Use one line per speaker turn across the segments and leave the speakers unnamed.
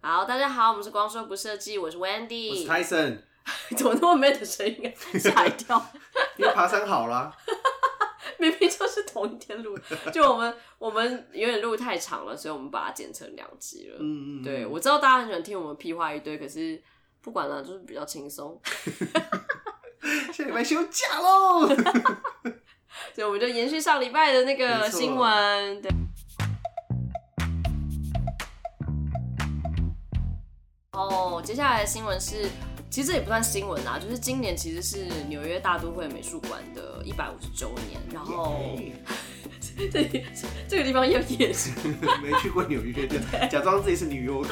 好，大家好，我们是光说不设计，我是
我是
Wendy。
Tyson，
怎么那么 man 的声音 啊？吓一跳！
因为爬山好啦，
明明就是同一天录的， 就我们我们有点录太长了，所以我们把它剪成两集了。
嗯嗯，
对，我知道大家很喜欢听我们屁话一堆，可是不管了，就是比较轻松，
下礼拜休假喽。
所以我们就延续上礼拜的那个
没错
新闻。对。哦，接下来的新闻是，其实这也不算新闻啊，就是今年其实是纽约大都会美术馆的一百五十周年，然后 这里这个地方要夜市，
没去过纽约，就假装自己是女游客。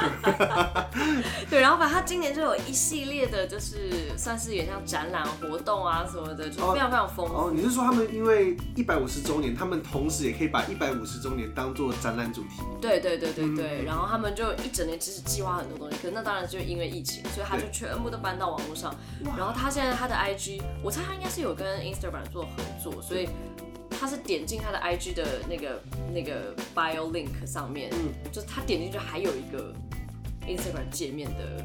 对，然后反正它今年就有一系列的，就是算是有点像展览活动啊什么的，就是非常非常丰富。
哦，你是说他们因为一百五十周年，他们同时也可以把一百五十周年当做展览主题？
对对对
嗯
对对，然后他们就一整年其实计划很多东西，可是那当然就因为疫情，所以他就
对
全部都搬到网络上。
哇
然后他现在他的 IG，我猜他应该是有跟 Instagram 做合作，所以他是点进他的 IG 的那个那个 bio link 上面，
嗯
就是他点进去还有一个 Instagram 界面的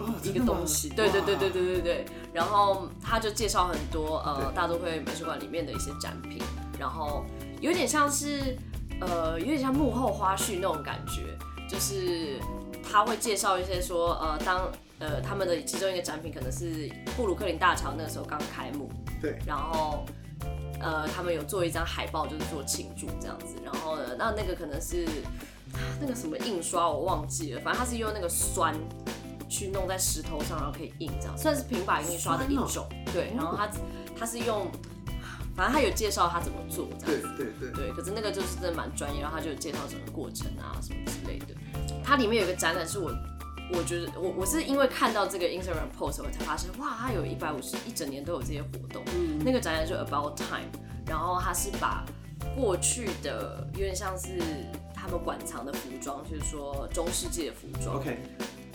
哦，
一
这
个东西，对对对对对对对。然后他就介绍很多呃
对
大都会美术馆里面的一些展品，然后有点像是呃有点像幕后花絮那种感觉，就是他会介绍一些说呃当呃他们的其中一个展品可能是布鲁克林大桥那个时候刚开幕，
对，
然后呃，他们有做一张海报，就是做庆祝这样子。然后呃呢，那那个可能是啊那个什么印刷我忘记了，反正它是用那个酸去弄在石头上，然后可以印这样，算是平板印刷的一种。对，然后它它是用，反正它有介绍它怎么做这样
对
子。
对对对，
对，可是那个就是真的蛮专业，然后他就有介绍整个过程啊什么之类的。它里面有一个展览是我。我觉得我我是因为看到这个 Instagram post，我才发现哇，它有一百五十一整年都有这些活动。那个展览就 About Time，然后它是把过去的有点像是他们馆藏的服装，就是说中世纪的服装
OK，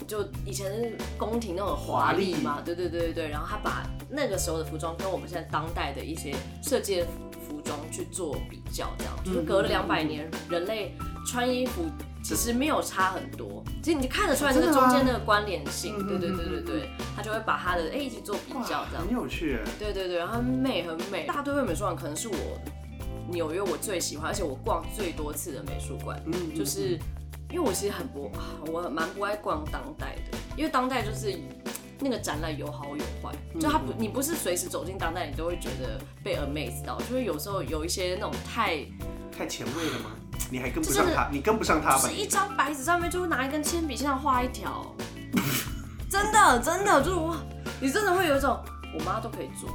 就以前是宫廷那种华丽
嗯
嘛，对对对对对。然后他把那个时候的服装跟我们现在当代的一些设计的服装去做比较，这样
嗯
就是隔了两百年，人类穿衣服其实没有差很多。其实你看得出来那个
真的吗
中间那个关联性，
嗯
对对对对对，他就会把他的哎、一起做比
哇
较这样
很。有趣耶。
对对对，很美很美。大都会美术馆可能是我纽约我最喜欢，而且我逛最多次的美术馆。
嗯
就是因为我其实很不， 啊我蛮不爱逛当代的，因为当代就是那个展览有好有坏，
嗯
就它不，你不是随时走进当代，你都会觉得被 amaze 到，就是有时候有一些那种太，
太前卫了吗？你还跟不
就
上
是
他，你跟不上他
就
吧
是？一张白纸上面就会拿一根铅笔这样画一 条，真的真的就是哇，你真的会有一种我妈都可以做。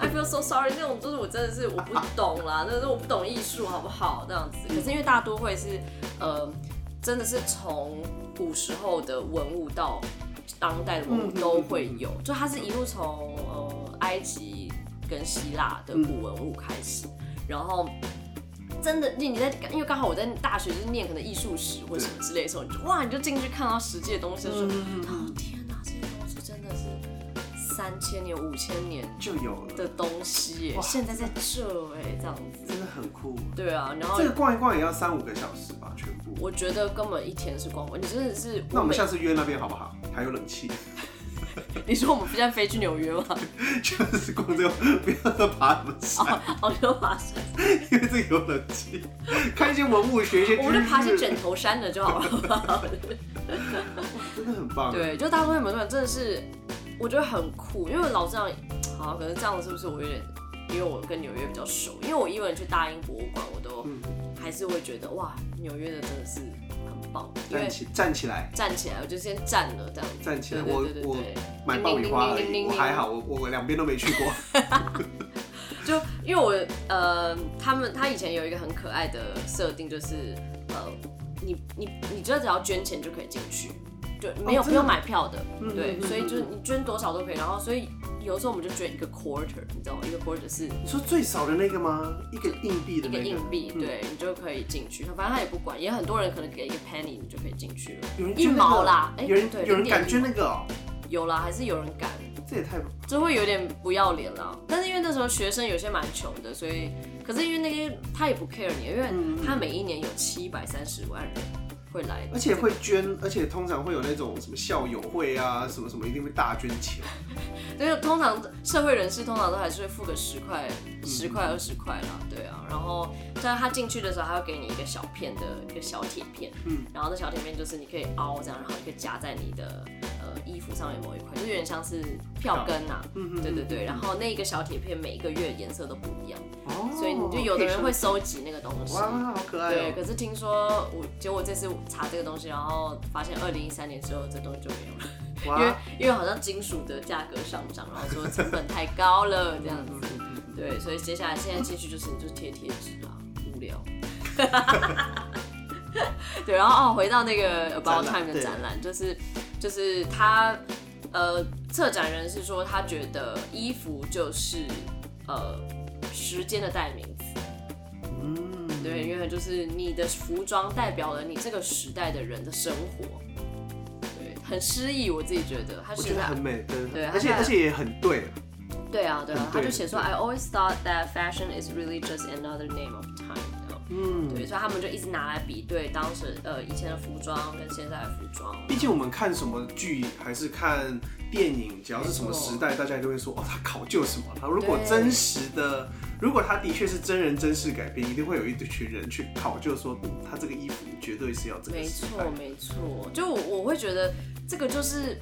I feel so sorry，那种就是我真的是我不懂啦，那是我不懂艺术好不好这样子。可是因为大都会是，呃，真的是从古时候的文物到当代的文物
嗯嗯
都会有，就它是一路从呃埃及跟希腊的古文物开始，然后。真的，你你在因为刚好我在大学就是念可能艺术史或什么之类的时候，你就哇，你就进去看到实际的东西的时候，
嗯嗯嗯
哦天哪，这些东西真的是三千年、五千年
就有了，
的东西耶，
哇
现在在这哎，这样子。
真的很酷。
对啊，然后
这个逛一逛也要三五个小时吧，全部。
我觉得根本一天是逛完，你真的是
那我们
每
下次约那边好不好？还有冷气，
你说我们现在飞去纽约吗？
就是逛这个，不要再爬什么山，
哦，就爬山，
因为这个有冷气。看一些文物，学一些知
我
识，
们就爬些枕头山的就好了。
真的很棒。，
对，就大部分美术馆真的是，我觉得很酷，因为老这样，好，可是这样是不是我有点，因为我跟纽约比较熟，因为我一个人去大英博物馆，我都
嗯，
还是会觉得哇，纽约的真的是很棒，因为
站起站起来，
站起来我就先站了这样子。
站起
对
来，
对
我
对对
我
对，
买爆米花而
叮叮叮叮叮
已，
叮
我还好，我我两边都没去 过。
就因为我呃，他们他以前有一个很可爱的设定，就是呃，你你你就只要捐钱就可以进去，就没有、
哦真的
不用买票的，
嗯
对，
嗯嗯
所以就是你捐多少都可以，然后所以有时候我们就捐一个 quarter，你知道吗？一个 quarter 是
你说最少的那个吗？一个硬币的
一个
那
硬币，
嗯
对你就可以进去，反正他也不管，也很多人可能给一个 penny 你就可以进去了，
有人
一
捐那个
毛啦，哎、
有人
对，
有人敢
0.1
捐那个哦，
有啦，还是有人敢，
这也太
就会有点不要脸啦。但是因为那时候学生有些蛮穷的，所
嗯
以可是因为那些他也不 care 你，因为他每一年有七百三十万人会来，
而且会捐，而且通常会有那种什么校友会啊，什么什么，一定会大捐钱。
对，通常社会人士通常都还是会付个十块、
嗯
十块、二十块啦，对啊。然后，但他进去的时候，他会给你一个小片的一个小铁片，
嗯，
然后那小铁片就是你可以凹这样，然后一个夹在你的呃衣服上面某一块，就有点像是票根呐、
嗯
对对对。然后那个小铁片每一个月颜色都不一样，
哦，
所以你就有的人会收集那个东西。
哇，好可爱
对，
哦、
可是听说我结果这次查这个东西，然后发现二零一三年之后这东西就没有了。因为
哇，嗯
因为好像金属的价格上涨，然后说成本太高了这样
嗯
子，对，所以接下来现在继续就是就贴贴纸啊，无聊。对，然后哦，回到那个 About
展览
Time 的
对
展览，就是就是他呃，策展人是说他觉得衣服就是呃时间的代名词。
嗯，
对，因为就是你的服装代表了你这个时代的人的生活，对，很诗意，我自己觉得，他
我
是
觉得很美，对，
对
而且
它
而且也很对，
对啊，对啊，
很
他
嗯对
就写说，I always thought that fashion is really just another name of time 这样。
嗯，
对，所以他们就一直拿来比对当时呃以前的服装跟现在的服装。
毕竟我们看什么剧还是看电影，只要是什么
没错
时代，大家都会说哦，它考究什么？它如果
对
真实的，如果它的确是真人真事改编，一定会有一群人去考究说，嗯，它这个衣服绝对是要这个
没
时
错
代。，
没错，就我我会觉得这个就是，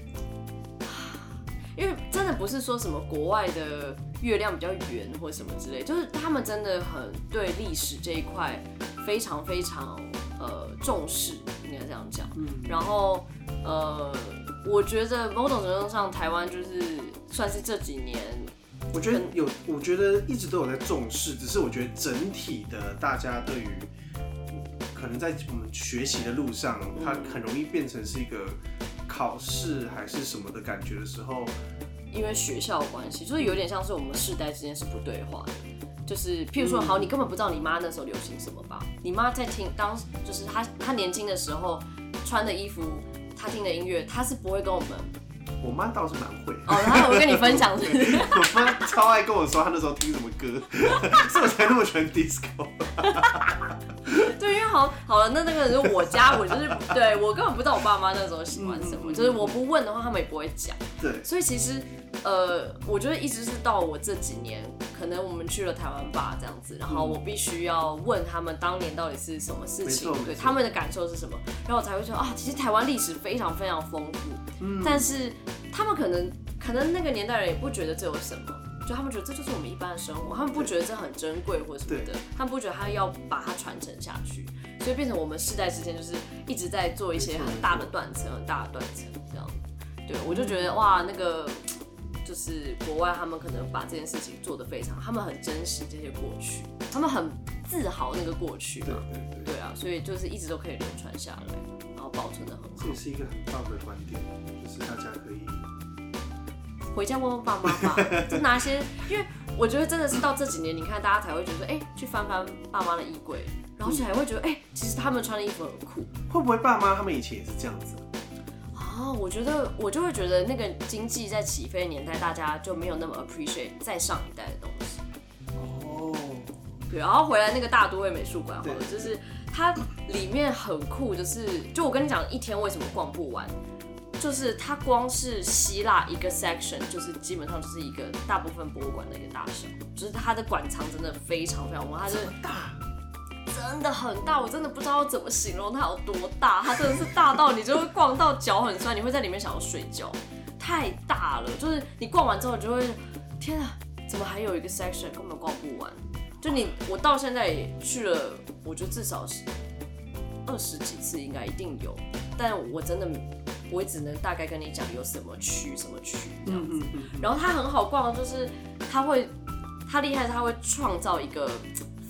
因为真的不是说什么国外的月亮比较圆或什么之类，就是他们真的很对历史这一块非常非常呃重视，应该这样讲。
嗯
然后呃，我觉得某种程度上，台湾就是算是这几年
我觉得有，我觉得一直都有在重视，只是我觉得整体的大家对于嗯可能在我们学习的路上，它
嗯
很容易变成是一个考试还是什么的感觉的时候，
因为学校的关系，就是有点像是我们世代之间是不对话的。就是譬如说，好，你根本不知道你妈那时候流行什么吧？你妈在听当，就是她她年轻的时候穿的衣服，她听的音乐，她是不会跟我们
我妈倒是蛮会。
哦，她有跟你分享是不 是
我妈超爱跟我说她那时候听什么歌，所以我才那么喜欢 disco。
对，因为好好了，那那个就是我家，我就是对我根本不知道我爸妈那时候喜欢什么，
嗯嗯嗯
就是我不问的话，他们也不会讲。
对，
所以其实，呃，我觉得一直是到我这几年，可能我们去了台湾吧，这样子，然后我必须要问他们当年到底是什么事情
嗯没错，没
对
错
他们的感受是什么，然后我才会说啊，其实台湾历史非常非常丰富，
嗯
但是他们可能可能那个年代人也不觉得这有什么。就他们觉得这就是我们一般的生活，他们不觉得这很珍贵或什么的
对，
他们不觉得他要把它传承下去，所以变成我们世代之间就是一直在做一些
没错
很
没
大
错
的断层，很大的断层这样。对，我就觉得哇，那个就是国外他们可能把这件事情做得非常，他们很珍惜这些过去，他们很自豪那个过去
对
嘛，
对对，
对啊，所以就是一直都可以流传下来，然后保存的很
这也是一个很棒的观点，就是大家可以，
好。回家问问爸妈吧，就拿一些，因为我觉得真的是到这几年，你看大家才会觉得，哎、去翻翻爸妈的衣柜，然后才会觉得，哎、其实他们穿的衣服很酷。
会不会爸妈他们以前也是这样子啊？
啊，我觉得我就会觉得那个经济在起飞的年代，大家就没有那么 appreciate 再上一代的东西。
哦，
对，然后回来那个大都会美术馆好了，
对
就是它里面很酷，就是就我跟你讲，一天为什么逛不完，就是它光是希腊一个 section，就是基本上就是一个大部分博物馆的一个大小，就是它的馆藏真的非常非常广，它是
大
真的很大，我真的不知道怎么形容它有多大，它真的是大到你就会逛到脚很酸，你会在里面想要睡觉，太大了。就是你逛完之后，你就会天啊，怎么还有一个 section 根本逛不完？就你我到现在也去了，我觉得至少是二十几次，应该一定有。但我真的，我也只能大概跟你讲有什么区什么区这样子。
嗯嗯嗯，
然后它很好逛，就是它会，它厉害是它会创造一个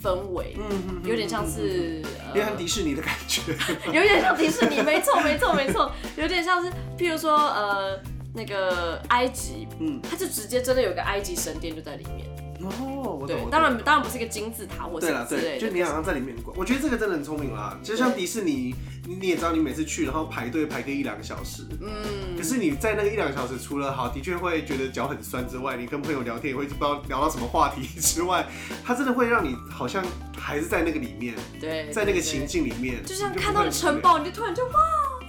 氛围，
嗯
有点像是
约翰迪士尼的感觉。
呃，有点像迪士尼，没错没错没错，有点像是，譬如说呃那个埃及，
嗯
它就直接真的有个埃及神殿就在里面，
哦，我懂
对
我，懂
当然当然不是一个金字塔或
对
什么
了，
之类
对，
的，嗯
就你好像在里面逛，我觉得这个真的很聪明啦。就像迪士尼，你你也知道，你每次去然后排队排个一两个小时，嗯，可是你在那个一两个小时，除了好的确会觉得脚很酸之外，你跟朋友聊天也会不知道聊到什么话题 之外，它真的会让你好像还是在那个里面，
对，
在那个
对
情，境里面，
对就像
你不会
看到了
很
城堡，你就突然就哇，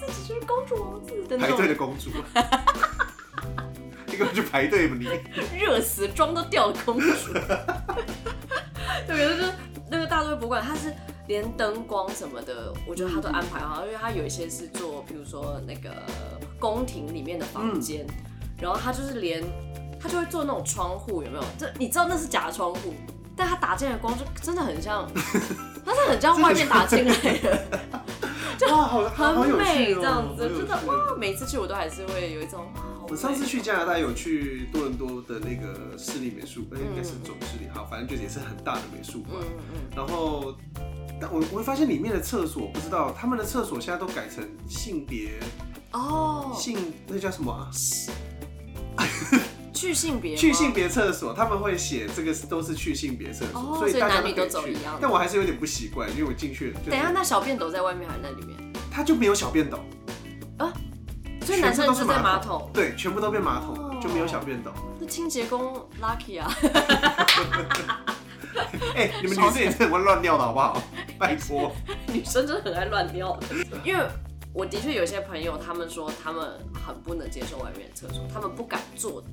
自己就是公主王子的
无聊
那
排队的
种
公主， 你根本就排队吧你。
热死，妆都掉的公主。对，就是那个大都会博物馆，它是连灯光什么的，我觉得
嗯
它都安排好，因为它有一些是做，比如说那个宫廷里面的
嗯
房间，然后它就是连它就会做那种窗户，有没有？这你知道那是假窗户，但它打进来的光就真的很 像，它是很像外面打进来的。
哇，好好好
很
有
美
趣
这
哦，
样子，
好有
真的
趣
哇！ 每次去我都还是会有一种哇。好美
我上次去加拿大有去多伦多的那个市立美术，那应该是总市立，好，反正就是也是很大的美术馆
嗯。嗯
然后，但我我会发现里面的厕所不知道，他们的厕所现在都改成性别
嗯，哦，
性那叫什么啊？
去性别吗，
去性别厕所，他们会写这个是都是去性别厕
哦
所，所以大家
所以男女
可
都
以
走
去
一样的。
但我还是有点不习惯，因为我进去就是
等一下，那小便斗在外面还是在里面？
它就没有小便斗，
所以男生就
全部都
是在马
马
桶，
对，全部都变马桶
哦
了，就没有小便斗。
那清洁工 lucky 啊，
哎，你们女生也是很会乱尿的好不好？拜托。
女生真的很爱乱尿。
啊
因为我的确有些朋友，他们说他们很不能接受外面的厕所，他们不敢坐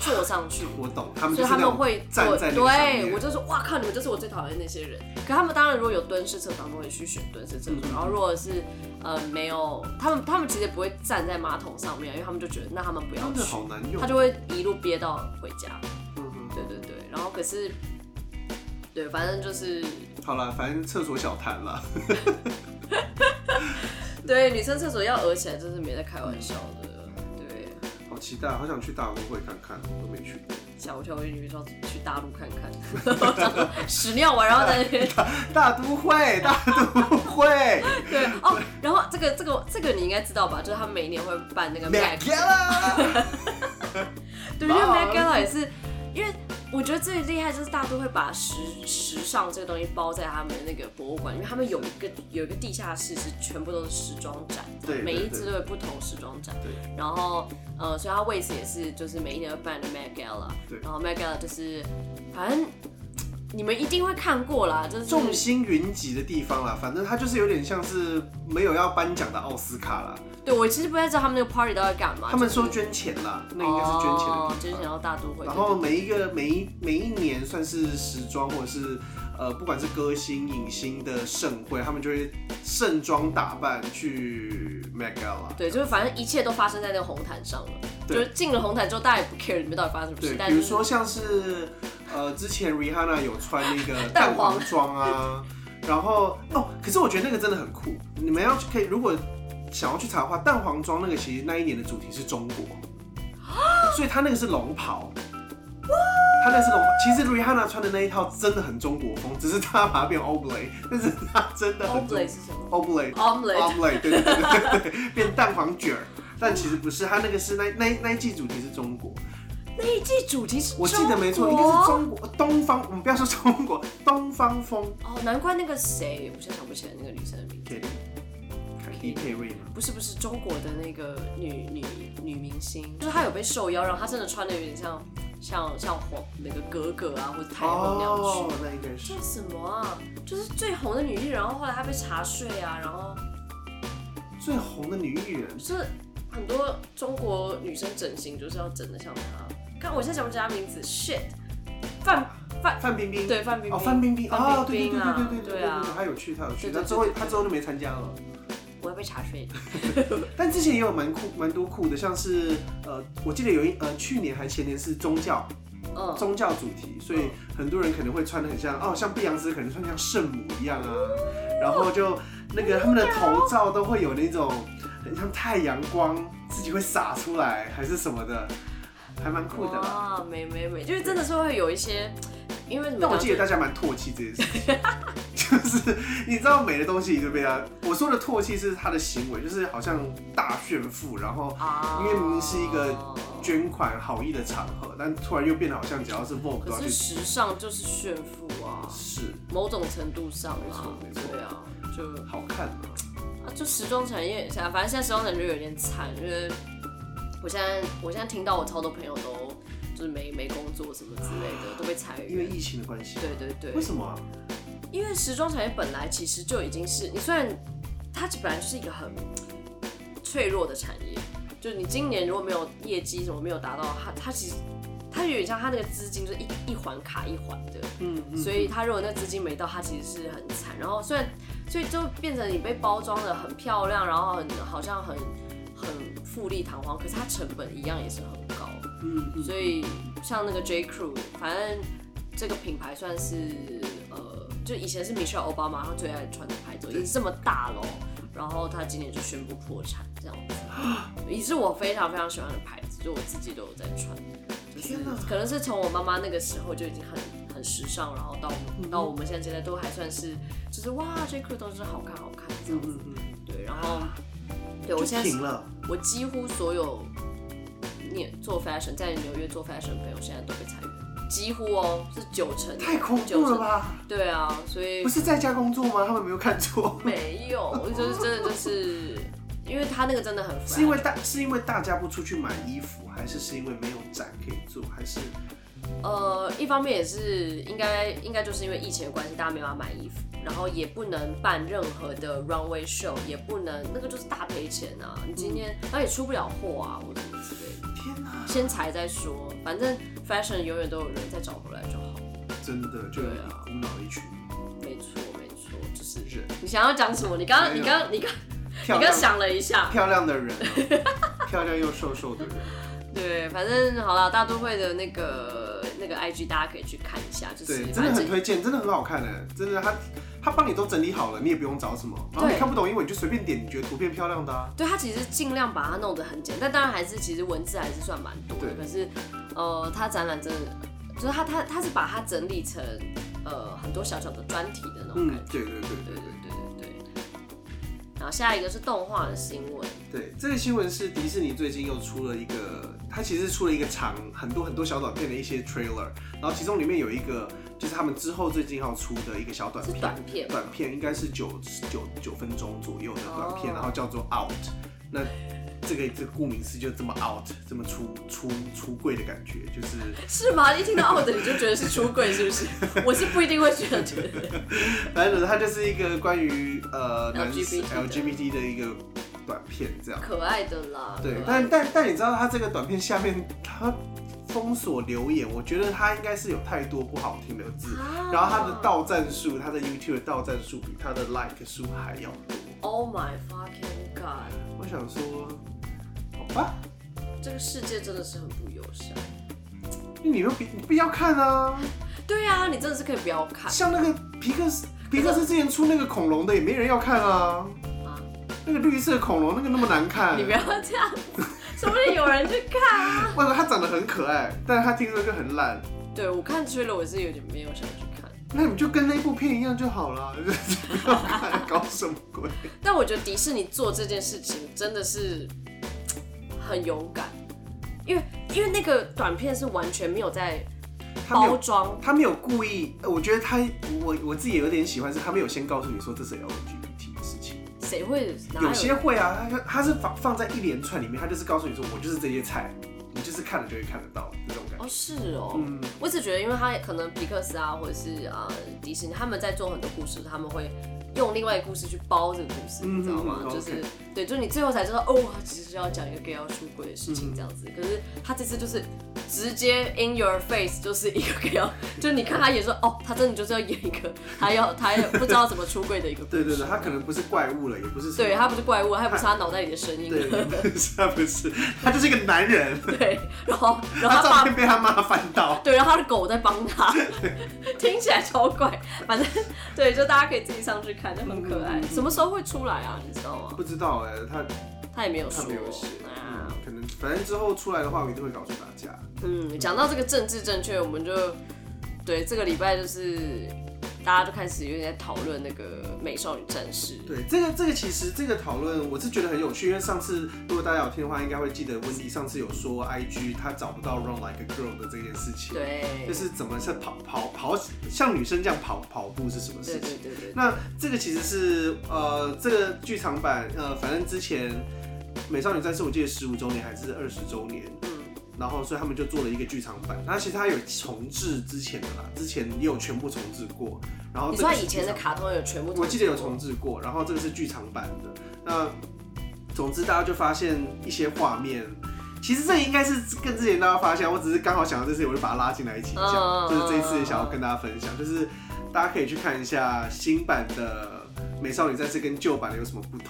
坐上去。
我懂，他们
所
就
以
是
他
那
们
种
会
站
坐
在那个上面
对我就说，哇靠，你们就是我最讨厌那些人。可他们当然如果有蹲式厕所，他们会去选蹲式厕所。然后如果是呃没有，他们他们其实不会站在马桶上面，因为他们就觉得那他们不要
真的
去，
好难用
他。就会一路憋到回家。
嗯哼
对对对，然后可是，对，反正就是
好了，反正厕所小谈了。
对女生厕所要鹅起来，真是没在开玩笑的。对，
好期待，好想去大公会看看，都没去过。
吓我一跳，我以为要去大陆看看， 屎尿完然后在那边
大都 会，大都 会，
对哦，然后这个这个这个你应该知道吧？就是他每年会办那个
麦
Mac，
克 啦。
对，因为
Wow
Mac Gala 也是，因为我觉得最厉害就是大都会把时时尚这个东西包在他们那个博物馆，因为他们有一个有一个地下室是全部都是时装展，
对对
每一
对
支都有不同时装展，
对，
然后呃，所以他为此也是就是每一年都办的 Mac Gala，
对
然后 Mac Gala 就是反正。你们一定会看过啦，就是
众星云集的地方啦，反正它就是有点像是没有要颁奖的奥斯卡啦。
对我其实不太知道他们那个 party 到底干嘛。
他们说
就是
捐钱啦，那应该是捐钱的地
哦
方。
捐钱到大都会。
然后每一个每一每一年算是时装或者是呃，不管是歌星、影星的盛会，他们就会盛装打扮去 Met Gala。
对，就是反正一切都发生在那个红毯上了。就
对
是进了红毯之后，大家也不 care 里面到底发生什么
对
事。，但
比如
是
说像是呃，之前 Rihanna 有穿那个
蛋
蛋
黄
黄装啊，然后哦，可是我觉得那个真的很酷，你们要去可以如果想要去查的话，蛋黄装那个其实那一年的主题是中国，所以它那个是龙袍。它那是龙袍，其实 Rihanna 穿的那一套真的很中国风，只是她把它变 oblay，但是它真的很中啊
omelette 是什么
oblay
？omelette
omelette，对对对对 对，变蛋黄卷儿，但其实不是，它那个是那那那一季主题是中国，
那一季主题是
我记得没错，应该是中国东方，我们不要说中国东方风。
哦，难怪那个谁，我现在想不起来那个女生的名字。
凯莉，凯莉佩瑞吗？
不是不是，中国的那个女女女明星，就是她有被受邀，然后她真的穿的有点像像像皇那个格格啊，或者太后那样去。
那应该是
叫什么啊？就是最红的女艺人，然后后来她被查税啊，然后
最红的女艺人，
就是很多中国女生整形就是要整的像她。看我现在想不起来她名字，shit，范
范冰冰。
对范冰冰
哦，范冰冰
范
哦，
冰
对
冰
对
啊
对对对对
对啊
她有去，她有去，
对对
她之后
对对对
她之后就没参加了。
我要被查 水。
但之前也有蛮酷蛮多酷的，像是呃，我记得有一呃去年还前年是宗教
嗯，
宗教主题，所以很多人可能会穿的很像哦，像碧昂斯可能穿像圣母一样啊，然后就那个他们的头罩都会有那种很像太阳光自己会洒出来还是什么的，还蛮酷的啦。
哦哇，美美美，就是真的是会有一些。因为
但我记得大
家
家蛮唾弃这件事情，就是你知道美的东西就被他，我说的唾弃是他的行为，就是好像大炫富，然后
啊
因为明明是一个捐款好意的场合，但突然又变得好像只啊要是 Vogue 都要
可
去
是时尚就是炫富啊，
是
某种程度上
没错
啊，
没错
对啊，就
好看嘛，
啊，就时装产业，反正现在时装产业有点惨，因为我现在我现在听到我超多朋友都就是没没工作什么之类的，都被裁
啊因为
员。
疫情的关系，
对对对，
为什么啊？
因为时装产业本来其实就已经是你虽然它本来就是一个很脆弱的产业，就是你今年如果没有业绩什么没有达到，它它其实它有点像它那个资金就是一一环卡一环的，
嗯，嗯
所以他如果那资金没到，他其实是很惨。然后虽然，所以就变成你被包装的很漂亮，然后很好像很很富丽堂皇，可是它成本一样也是很高。
嗯嗯
所以像那个 J Crew，反正这个品牌算是呃，就以前是 Michelle Obama 她最爱穿的牌子，已经这么大了哦，然后她今年就宣布破产这样子，也是我非常非常喜欢的牌子，就我自己都有在穿，就是
天哪
可能是从我妈妈那个时候就已经很很时尚，然后到
嗯
我们到我们现在现在都还算是，就是哇 J Crew 都是好看好看这
嗯
样子，
嗯嗯，
对，然后对我
就
现在是
停了，
我几乎所有念做 fashion 在纽约做 fashion 的朋友现在都被裁员，几乎哦是九成，
太恐怖了吧？
九成？对啊，所以
不是在家工作吗？他们没有看错。
没有，就是真的就是，因为他那个真的很
是因
fragile，
为大是因为大家不出去买衣服，还是是因为没有展可以做，还是
呃，一方面也是应该应该就是因为疫情的关系，大家没办法买衣服，然后也不能办任何的 runway show，也不能那个就是大赔钱啊，
嗯
你今天而且出不了货啊，或者什么之类的，
天哪，
先裁再说，反正 fashion 永远都有人再找回来就好。
真的就
对啊
一股脑一群
没错，没错，就是
人，
你想要讲什么？你刚刚，
没有
你刚刚，你刚，
漂
你刚
亮
想了一下，
漂亮的 人啊、漂亮又瘦瘦的人，
对，反正好了，大都会的那个那个 IG 大家可以去看一下，就是
对，真的
反
很
正
推荐，真的很好看哎，真的他他帮你都整理好了，你也不用找什么，然后
对
你看不懂英文你就随便点你觉得图片漂亮的啊，
对它其实尽量把它弄得很简单，但当然还是其实文字还是算蛮多的，
对
可是呃，它展览真的就是它它它是把它整理成呃很多小小的专题的那种
嗯
感觉，，
对对
对
对
对
对
对对对。然后下一个是动画的新闻，
对，这个新闻是迪士尼最近又出了一个，它其实出了一个长很多很多小短片的一些 trailer，然后其中里面有一个就是他们之后最近要出的一个小短
是
片，
短片吗
短片应该是九九九分钟左右的短片
哦
然后叫做 Out，那这个这个顾名思义就这么 out，这么出出出柜的感觉，就是
是吗？一听到 out 你就觉得是出柜，是不 是？我是不一定会觉得觉得。
反正它就是一个关于 呃男
LGBT 的
LGBT 的一个短片这样。
可爱的啦。可
对
爱，
但但但你知道他这个短片下面他封锁留言，我觉得他应该是有太多不好听的字，
啊
然后他的到赞数，他的 YouTube 的到赞数比他的 like 数还要多。
Oh my fucking god！
我想说，好吧，
这个世界真的是很不友善。
你又必你必要看啊，
对啊，你真的是可以不要看
像那个皮克斯。皮克斯之前出那个恐龙的也没人要看啊，
啊！
那个绿色恐龙那个那么难看，
你不要这样，说不定有人去看啊。
我说它长得很可爱，但是它听说就很烂，
对我看追了，我是有点没有想去看。
那你就跟那部片一样就好了， 就是不要看，搞什么鬼？
但我觉得迪士尼做这件事情真的是嗯很勇敢，因为因为那个短片是完全没有在
他没
包
有，
装，
他没有故意。呃我觉得他，我我自己也有点喜欢，是他没有先告诉你说这是 LGBT 的事情。
谁会哪
有些会啊，他就他是放放在一连串里面，他就是告诉你说我就是这些菜，你就是看了就会看得到这种感觉。
哦，是哦，
嗯
我只觉得，因为他可能皮克斯啊，或者是啊、呃迪士尼，他们在做很多故事，他们会用另外一个故事去包这个故事，
嗯
你知道吗？
嗯嗯
就是、
OK
对，就是你最后才知道，哦，他其实要讲一个 gay 要出轨的事情
嗯
这样子。可是他这次就是直接 in your face，就是一个 gay，要 就是你看他演说，哦，他真的就是要演一个，他要他要不知道怎么出轨的一个故
对
事。
对对，他可能不是怪物了，也不是什么
对他不是怪物，他也不是他脑袋里的声音。
对，不是 他不是，他就是一个男人。
对，然后然后 他
他
爸
照片被他妈翻到，
对，然后他的狗在帮他， 听起来超怪。反正对，就大家可以自己上去看，就很可爱。
嗯嗯嗯
什么时候会出来啊？你知道吗？
不知道哎、他
他也没有
他
说。
没有写，嗯
啊，
可能反正之后出来的话，我一定会告诉大家。
嗯，讲到这个政治正确，我们就对，这个礼拜就是大家都开始有点在讨论那个美少女战士。
对，这个这个其实这个讨论我是觉得很有趣，因为上次如果大家有听的话，应该会记得温迪上次有说 IG 她找不到 Run Like a Girl 的这件事情，
对，
就是怎么是跑跑跑像女生这样跑跑步是什么事
对
情？
对对对，
那这个其实是呃，这个剧场版呃，反正之前美少女战士我记得十五周年还是二十周年，
嗯，
然后所以他们就做了一个剧场版。那其实它有重置之前的啦，之前也有全部重置过。然后
你
这
说
个
他
是
以前的
剧场
卡通有全部，
我记得有重，置过，然后这个是剧场版的。那总之大家就发现一些画面。其实这应该是更之前大家发现，我只是刚好想到这事，我就把它拉进来一起讲，
嗯
就是这一次也想要跟大家分享，就是大家可以去看一下新版的《美少女战士》跟旧版的有什么不同。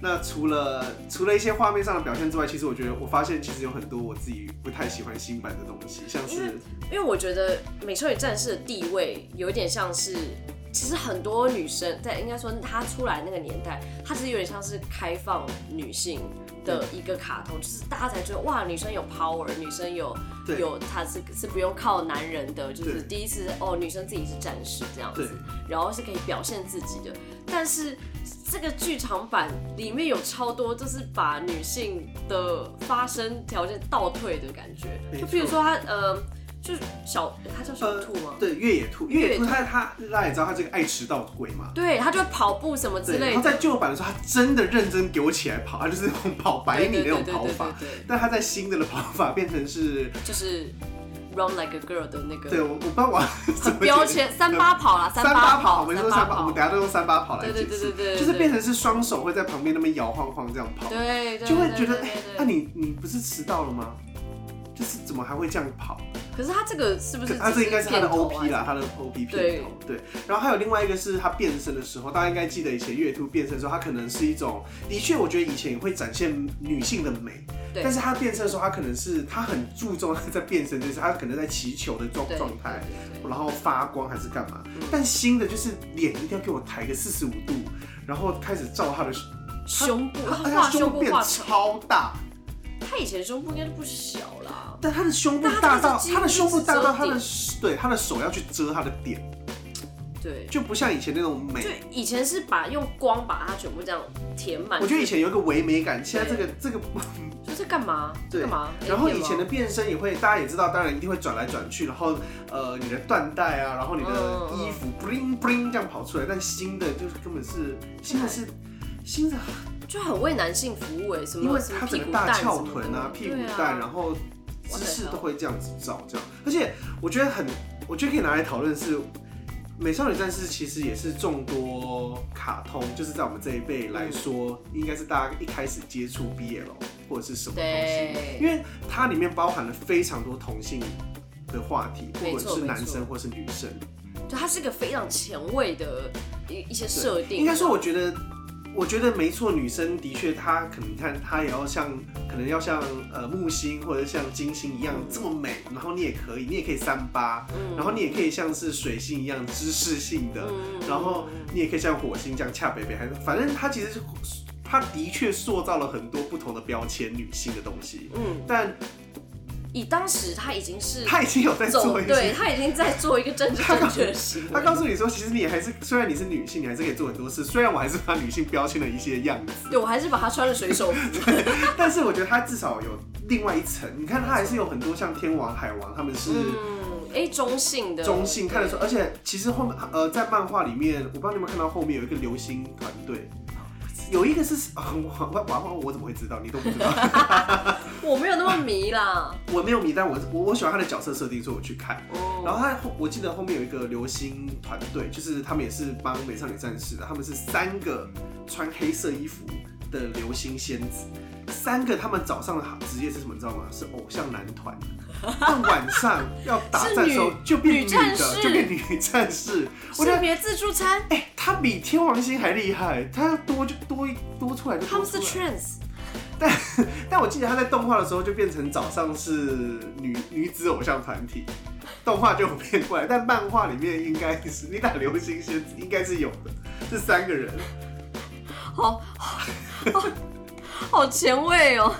那除了除了一些画面上的表现之外，其实我觉得我发现其实有很多我自己不太喜欢新版的东西，像
因为
是
因为我觉得美少女战士的地位有点像是。其实很多女生在应该说她出来那个年代，她其实有点像是开放女性的一个卡通，就是大家才觉得哇，女生有 power，女生有
对
有她是是不用靠男人的，就是
对
第一次哦，女生自己是战士这样
对
子，然后是可以表现自己的。但是这个剧场版里面有超多，就是把女性的发声条件倒退的感觉，
没
就比如
错
说她呃，就是小，她叫小
呃
兔吗？
对越野兔，越野
越
兔
野
它它大家也知道它这个爱迟到鬼嘛，
对，她就会跑步什么之
对，然
类
后
的，
在旧版的时候，他真的认真给我起来跑，他就是那种跑百
对对
米那
对
种
对
跑
对
法。
对对
但他在新的的跑法变成是，
就是 run like a girl 的那
对
个
我我不知道我怎么
标
解
签，三八跑啦，
释三
八
跑，
跑，
我们
三
说
八
三八，我们等下都用三八跑来
对
解
对对
释，
对对，
就是变成是双手会在旁边那么摇晃晃这样跑，
对，对
就会
对
觉得，
对
哎
对对，
那、你你不是迟到了吗？就是怎么还会这样跑？
可是他这个是不是？
啊，这应该是他
只片
的
头
OP
啊
啦，他的 OP
对
片头。对，然后还有另外一个是他变身的时候，大家应该记得以前月兔变身的时候，他可能是一种，的确我觉得以前也会展现女性的美，
对
但是他变身的时候，他可能是他很注重他在变身，就是他可能在祈求的状
对嗯
状态，
对对对
然后发光还是干嘛？但新的就是脸一定要给我抬个四十五度，然后开始照他的，
胸部，
他
他
他
画
哎胸
胸
部
部
变
画成，
超大，
他以前胸部应该就不小啦。
但他的胸部
但他
大到，
就是几乎
他的胸部大到他的
只遮
对他的手要去遮他的点。
对，
就不像以前那种美
就。以前是把用光把它全部这样填满。
我觉得以前有一个唯美感，现在这
对
个这个，
就这干嘛？
对
这干嘛？
然后
A 片
以
吗
前的变身也会，大家也知道，当然一定会转来转去，然后呃，你的缎带啊，然后你的
嗯嗯
衣服 bling bling 这样跑出来，但新的就是根本是新的是新的，
就很为男性服务哎，什
因
么
为
什
它
么屁
整个
股
大
蛋
翘
什么
臀啊
的，
屁股
对啊
蛋，然后姿
What
势
the hell？
都会这样子照这样，而且我觉得很，我觉得可以拿来讨论是。美少女战士其实也是众多卡通，就是在我们这一辈
嗯
来说，应该是大家一开始接触 BL 或者是什么东西，
对，
因为它里面包含了非常多同性的话题，不
没
管
错
是男
没错
生或是女生。
就它是一个非常前卫的一一些设定。
应该说，我觉得，我觉得没错，女生的确她可能你看她也要像，可能要像呃木星或者像金星一样这么美，然后你也可以，你也可以三八，
嗯
然后你也可以像是水星一样知识性的，
嗯
然后你也可以像火星这样恰北北，还是反正她其实是她的确塑造了很多不同的标签女性的东西，
嗯，
但
以当时他已经是
她已经有在
走
做一
对
些。
他已经在做一个政治正确的行为。
她告诉你说，其实你还是虽然你是女性，你还是可以做很多事。虽然我还是把女性标签了一些样子，
对我还是把他穿着水手服。
但是我觉得它至少有另外一层，你看它还是有很多像天王、海王，他们是
嗯，哎，中性的
中性看得出，而且其实后面呃在漫画里面，我不知道你有没有看到后面有一个流星团队，有一个是啊我我我我怎么会知道？你都不知道，
我没有那么迷啦。
我没有迷，但我我我喜欢他的角色设定，所以我去看。然
哦，
后他后，我记得后面有一个流星团队，就是他们也是帮美少女战士的，他们是三个穿黑色衣服的流星仙子，三个他们早上的职业是什么，你知道吗？是偶像男 团。但晚上要打战的时
是
候
女
就变女
女战
的，
士
就变女战士。我觉
性
得，
别自助餐，
哎、他比天王星还厉害，他要多就多一多出来就
他
多
们
出
是
来。
trans，
但我记得他在动画的时候就变成早上是女女子偶像团体，动画就有变过来，但漫画里面应该是你打流星仙子应该是有的，这三个人，
好，好好前卫哦。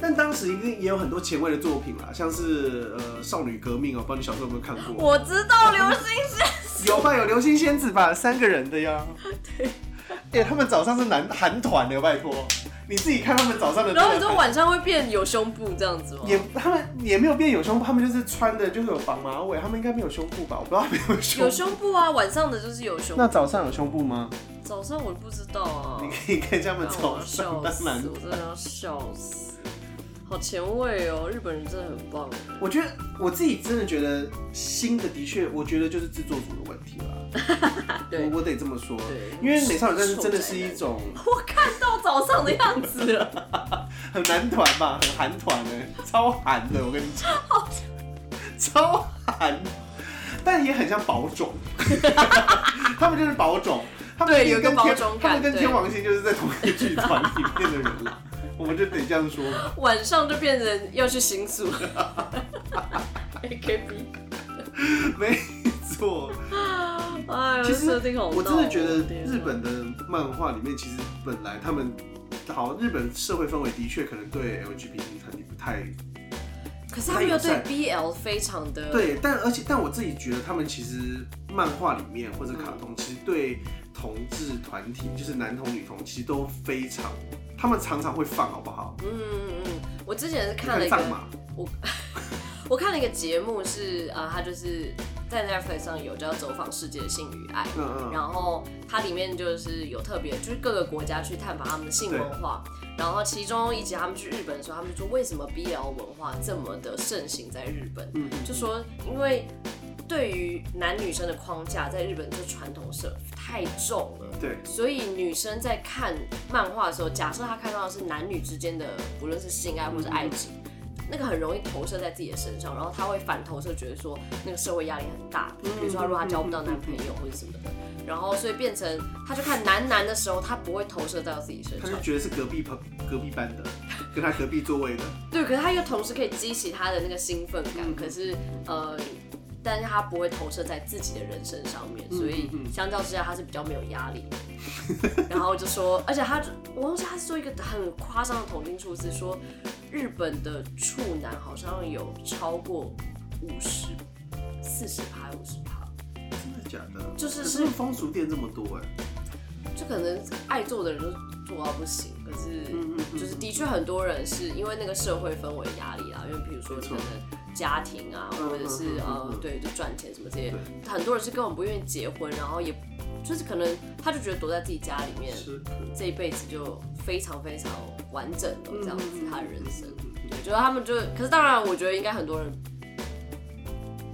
但当时一定也有很多前卫的作品啦，像是呃少女革命哦、不知道你小时候有没有看过？
我知道流 星是
有吧，有流星仙子吧，三个人的呀。对。哎、他们早上是男韩团的，拜托，你自己看他们早上的。
然后你说晚上会变有胸部这样子吗？
也他们也没有变有胸部，他们就是穿的就是有绑马尾，他们应该没有胸部吧？我不知道他们有没有胸
有
部。
胸部啊，晚上的就是有胸部
那。早上有胸部吗？
早上我不知道啊，
你可以看一下他们
让我
早
要
上
哦笑
当男
死，我真的要笑死。好前卫哦，日本人真的很棒。
我觉得我自己真的觉得新的的确，我觉得就是制作组的问题了。
对
我我得这么说
对，
因为美少女战士真的是一种
我看到早上的样子了，
很男团吧，很韩团的，超韩的，我跟你讲，超韩，但也很像宝 冢，他们就是宝冢，他们
对
也
有一个
跟天
宝冢感
他们跟
对
天王星就是在同一个剧团里面的人了，我们就得这样说吧。
晚上就变成要去新 宿。AKB，
没错，
哎呦，
其实
设定好闹哦
我真的觉得
天啊
日本的漫画里面，其实本来他们好，日本社会氛围的确可能对 LGBT 团体不太
可是他们又对
太
BL 非常的，
对，但而且但我自己觉得他们其实漫画里面或者卡
嗯
通，其实对同志团体，就是男同女同，其实都非常，他们常常会放，好不好？
嗯嗯嗯，我之前是看了一个
放马，
我看了一个节目是，呃，他就是在 Netflix 上有叫《走访世界的性与爱》，
嗯嗯，
然后它里面就是有特别，就是各个国家去探访他们的性文化。然后其中一集他们去日本的时候，他们就说为什么 BL 文化这么的盛行在日本，
嗯
就说因为对于男女生的框架在日本这传统社太重了。
对，
所以女生在看漫画的时候，假设她看到的是男女之间的，不论是性爱或是爱情，那个很容易投射在自己的身上，然后她会反投射，觉得说那个社会压力很大，比如说她如果她交不到男朋友或者什么的，然后所以变成她就看男男的时候，她不会投射到自己身
他就
上，
觉得是隔壁朋隔壁 班的，跟他隔壁座位的，
对，可是她又同时可以激起她的那个兴奋感，
嗯
可是呃。但是她不会投射在自己的人身上面，所以
嗯嗯
相较之下，她是比较没有压力的 然后就说，而且他就我忘记他是说一个很夸张的统计数字，说日本的处男好像有超过五十、四十趴、五十趴，
真的假的？
就是
可他们风俗店这么多哎、
就可能爱做的人就做到不行。可
嗯嗯
是
嗯
就是的确很多人是因为那个社会氛围压力啦，因为比如说
没
可
错
能家庭啊，
嗯
或者是
嗯嗯
呃
嗯
对，就赚钱什么这些，
对
很多人是根本不愿意结婚，然后也就是可能他就觉得躲在自己家里面，
吃
这一辈子就非常非常完整的这样子他的人生。
嗯
我觉得他们就，可是当然，我觉得应该很多人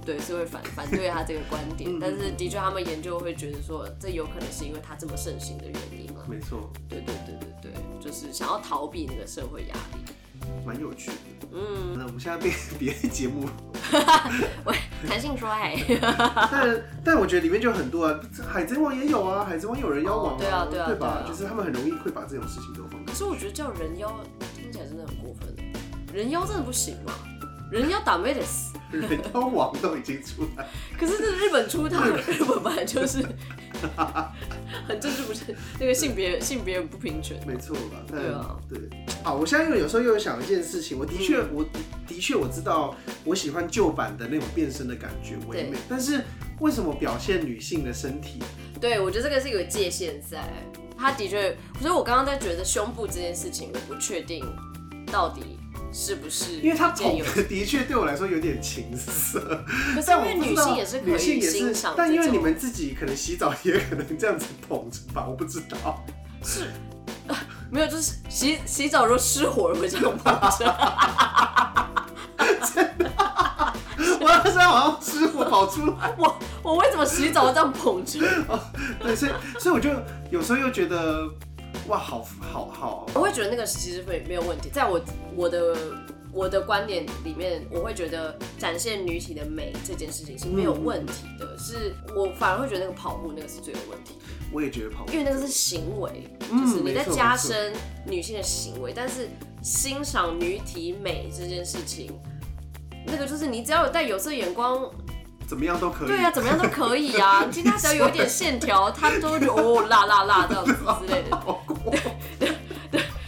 对是会反反对他这个观点，
嗯
但是的确他们研究会觉得说，这有可能是因为他这么盛行的原因啊。
没错，
对对对对对，就是想要逃避那个社会压 力。
蛮有趣的。嗯，那我们现在变别的 节目，
弹性说爱，
但但我觉得里面就有很多啊，海贼王也有啊，海贼王有人妖王、
哦对啊对啊
对吧
对啊
就是他们很容易会把这种事情都放大
可。是我觉得叫人妖听起来真的很过分，人妖真的不行嘛？人妖打妹得死。
人妖王都已经出来，
可是这日本出道，日本本来 就是很政治不正，那个性别性别不平权。
没错吧？但
对啊，嗯
对。啊，我现在又有时候又想一件事情，我的确，我的确我知道我喜欢旧版的那种变身的感觉唯美
对，
但是为什么表现女性的身体
对，我觉得这个是有界限在，他的确，所以我刚刚在觉得胸部这件事情，我不确定到底是不是
因为它
一件
捧
有，
的的确对我来说有点情色，
可是
但
因为
我不知
女
道
性也是可
女性
以
也
欣
是
赏，这种，
但因为你们自己可能洗澡也可能这样子捧着吧，我不知道。
是。没有，就是洗洗澡的时候失火了，会这样碰着。
我那时候好像吃火跑出来，
我我为什么洗澡要这样捧着？
对，所以所以我就有时候又觉得，哇，好好好，
我会觉得那个其实没没有问题，在我我的我的观点里面，我会觉得展现女体的美这件事情是没有问题的，是我反而会觉得那个跑步那个是最有问题，
我也觉得跑步
因为那个是行为，
嗯
就是你在
没错
加深女性的行为，但是欣赏女体美这件事情。那个就是你只要有带有色眼光，
怎么样都可以。
对啊，怎么样都可以 啊。其实他只要有一点线条，他都会觉得哦辣辣 辣这样子之类的。
跑过
就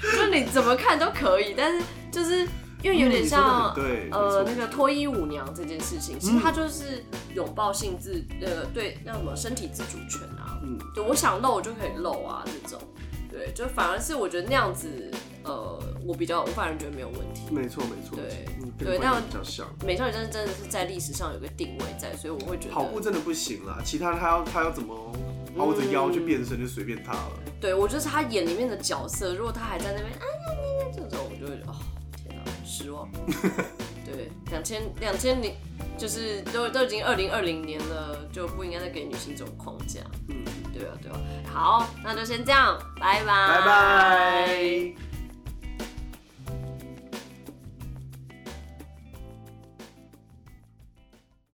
是你怎么看都可以，但是就是因为有点像
嗯、你说得很对，嗯
呃，
没
那
错
个脱衣舞娘这件事情，其实它就是拥抱性自呃对那什么身体自主权啊，
嗯
对我想露我就可以露啊这种，对，就反而是我觉得那样子，呃，我比较我反而觉得没有问题。
没错没错，
对
嗯
对
跟你观
那
点比较像。
美少女战士真的是在历史上有个定位在，所以我会觉得
跑步真的不行啦，其他他要他要怎么
嗯
凹着腰去变身就随便他了。
对我就是他演里面的角色，如果他还在那边啊那那那这种，我就会觉得哦天哪、失 望。对，两千两千零就是都都已经二零二零年了，就不应该再给女性这种框架。
嗯，
对啊对啊，好，那就先这样，拜拜，
拜拜。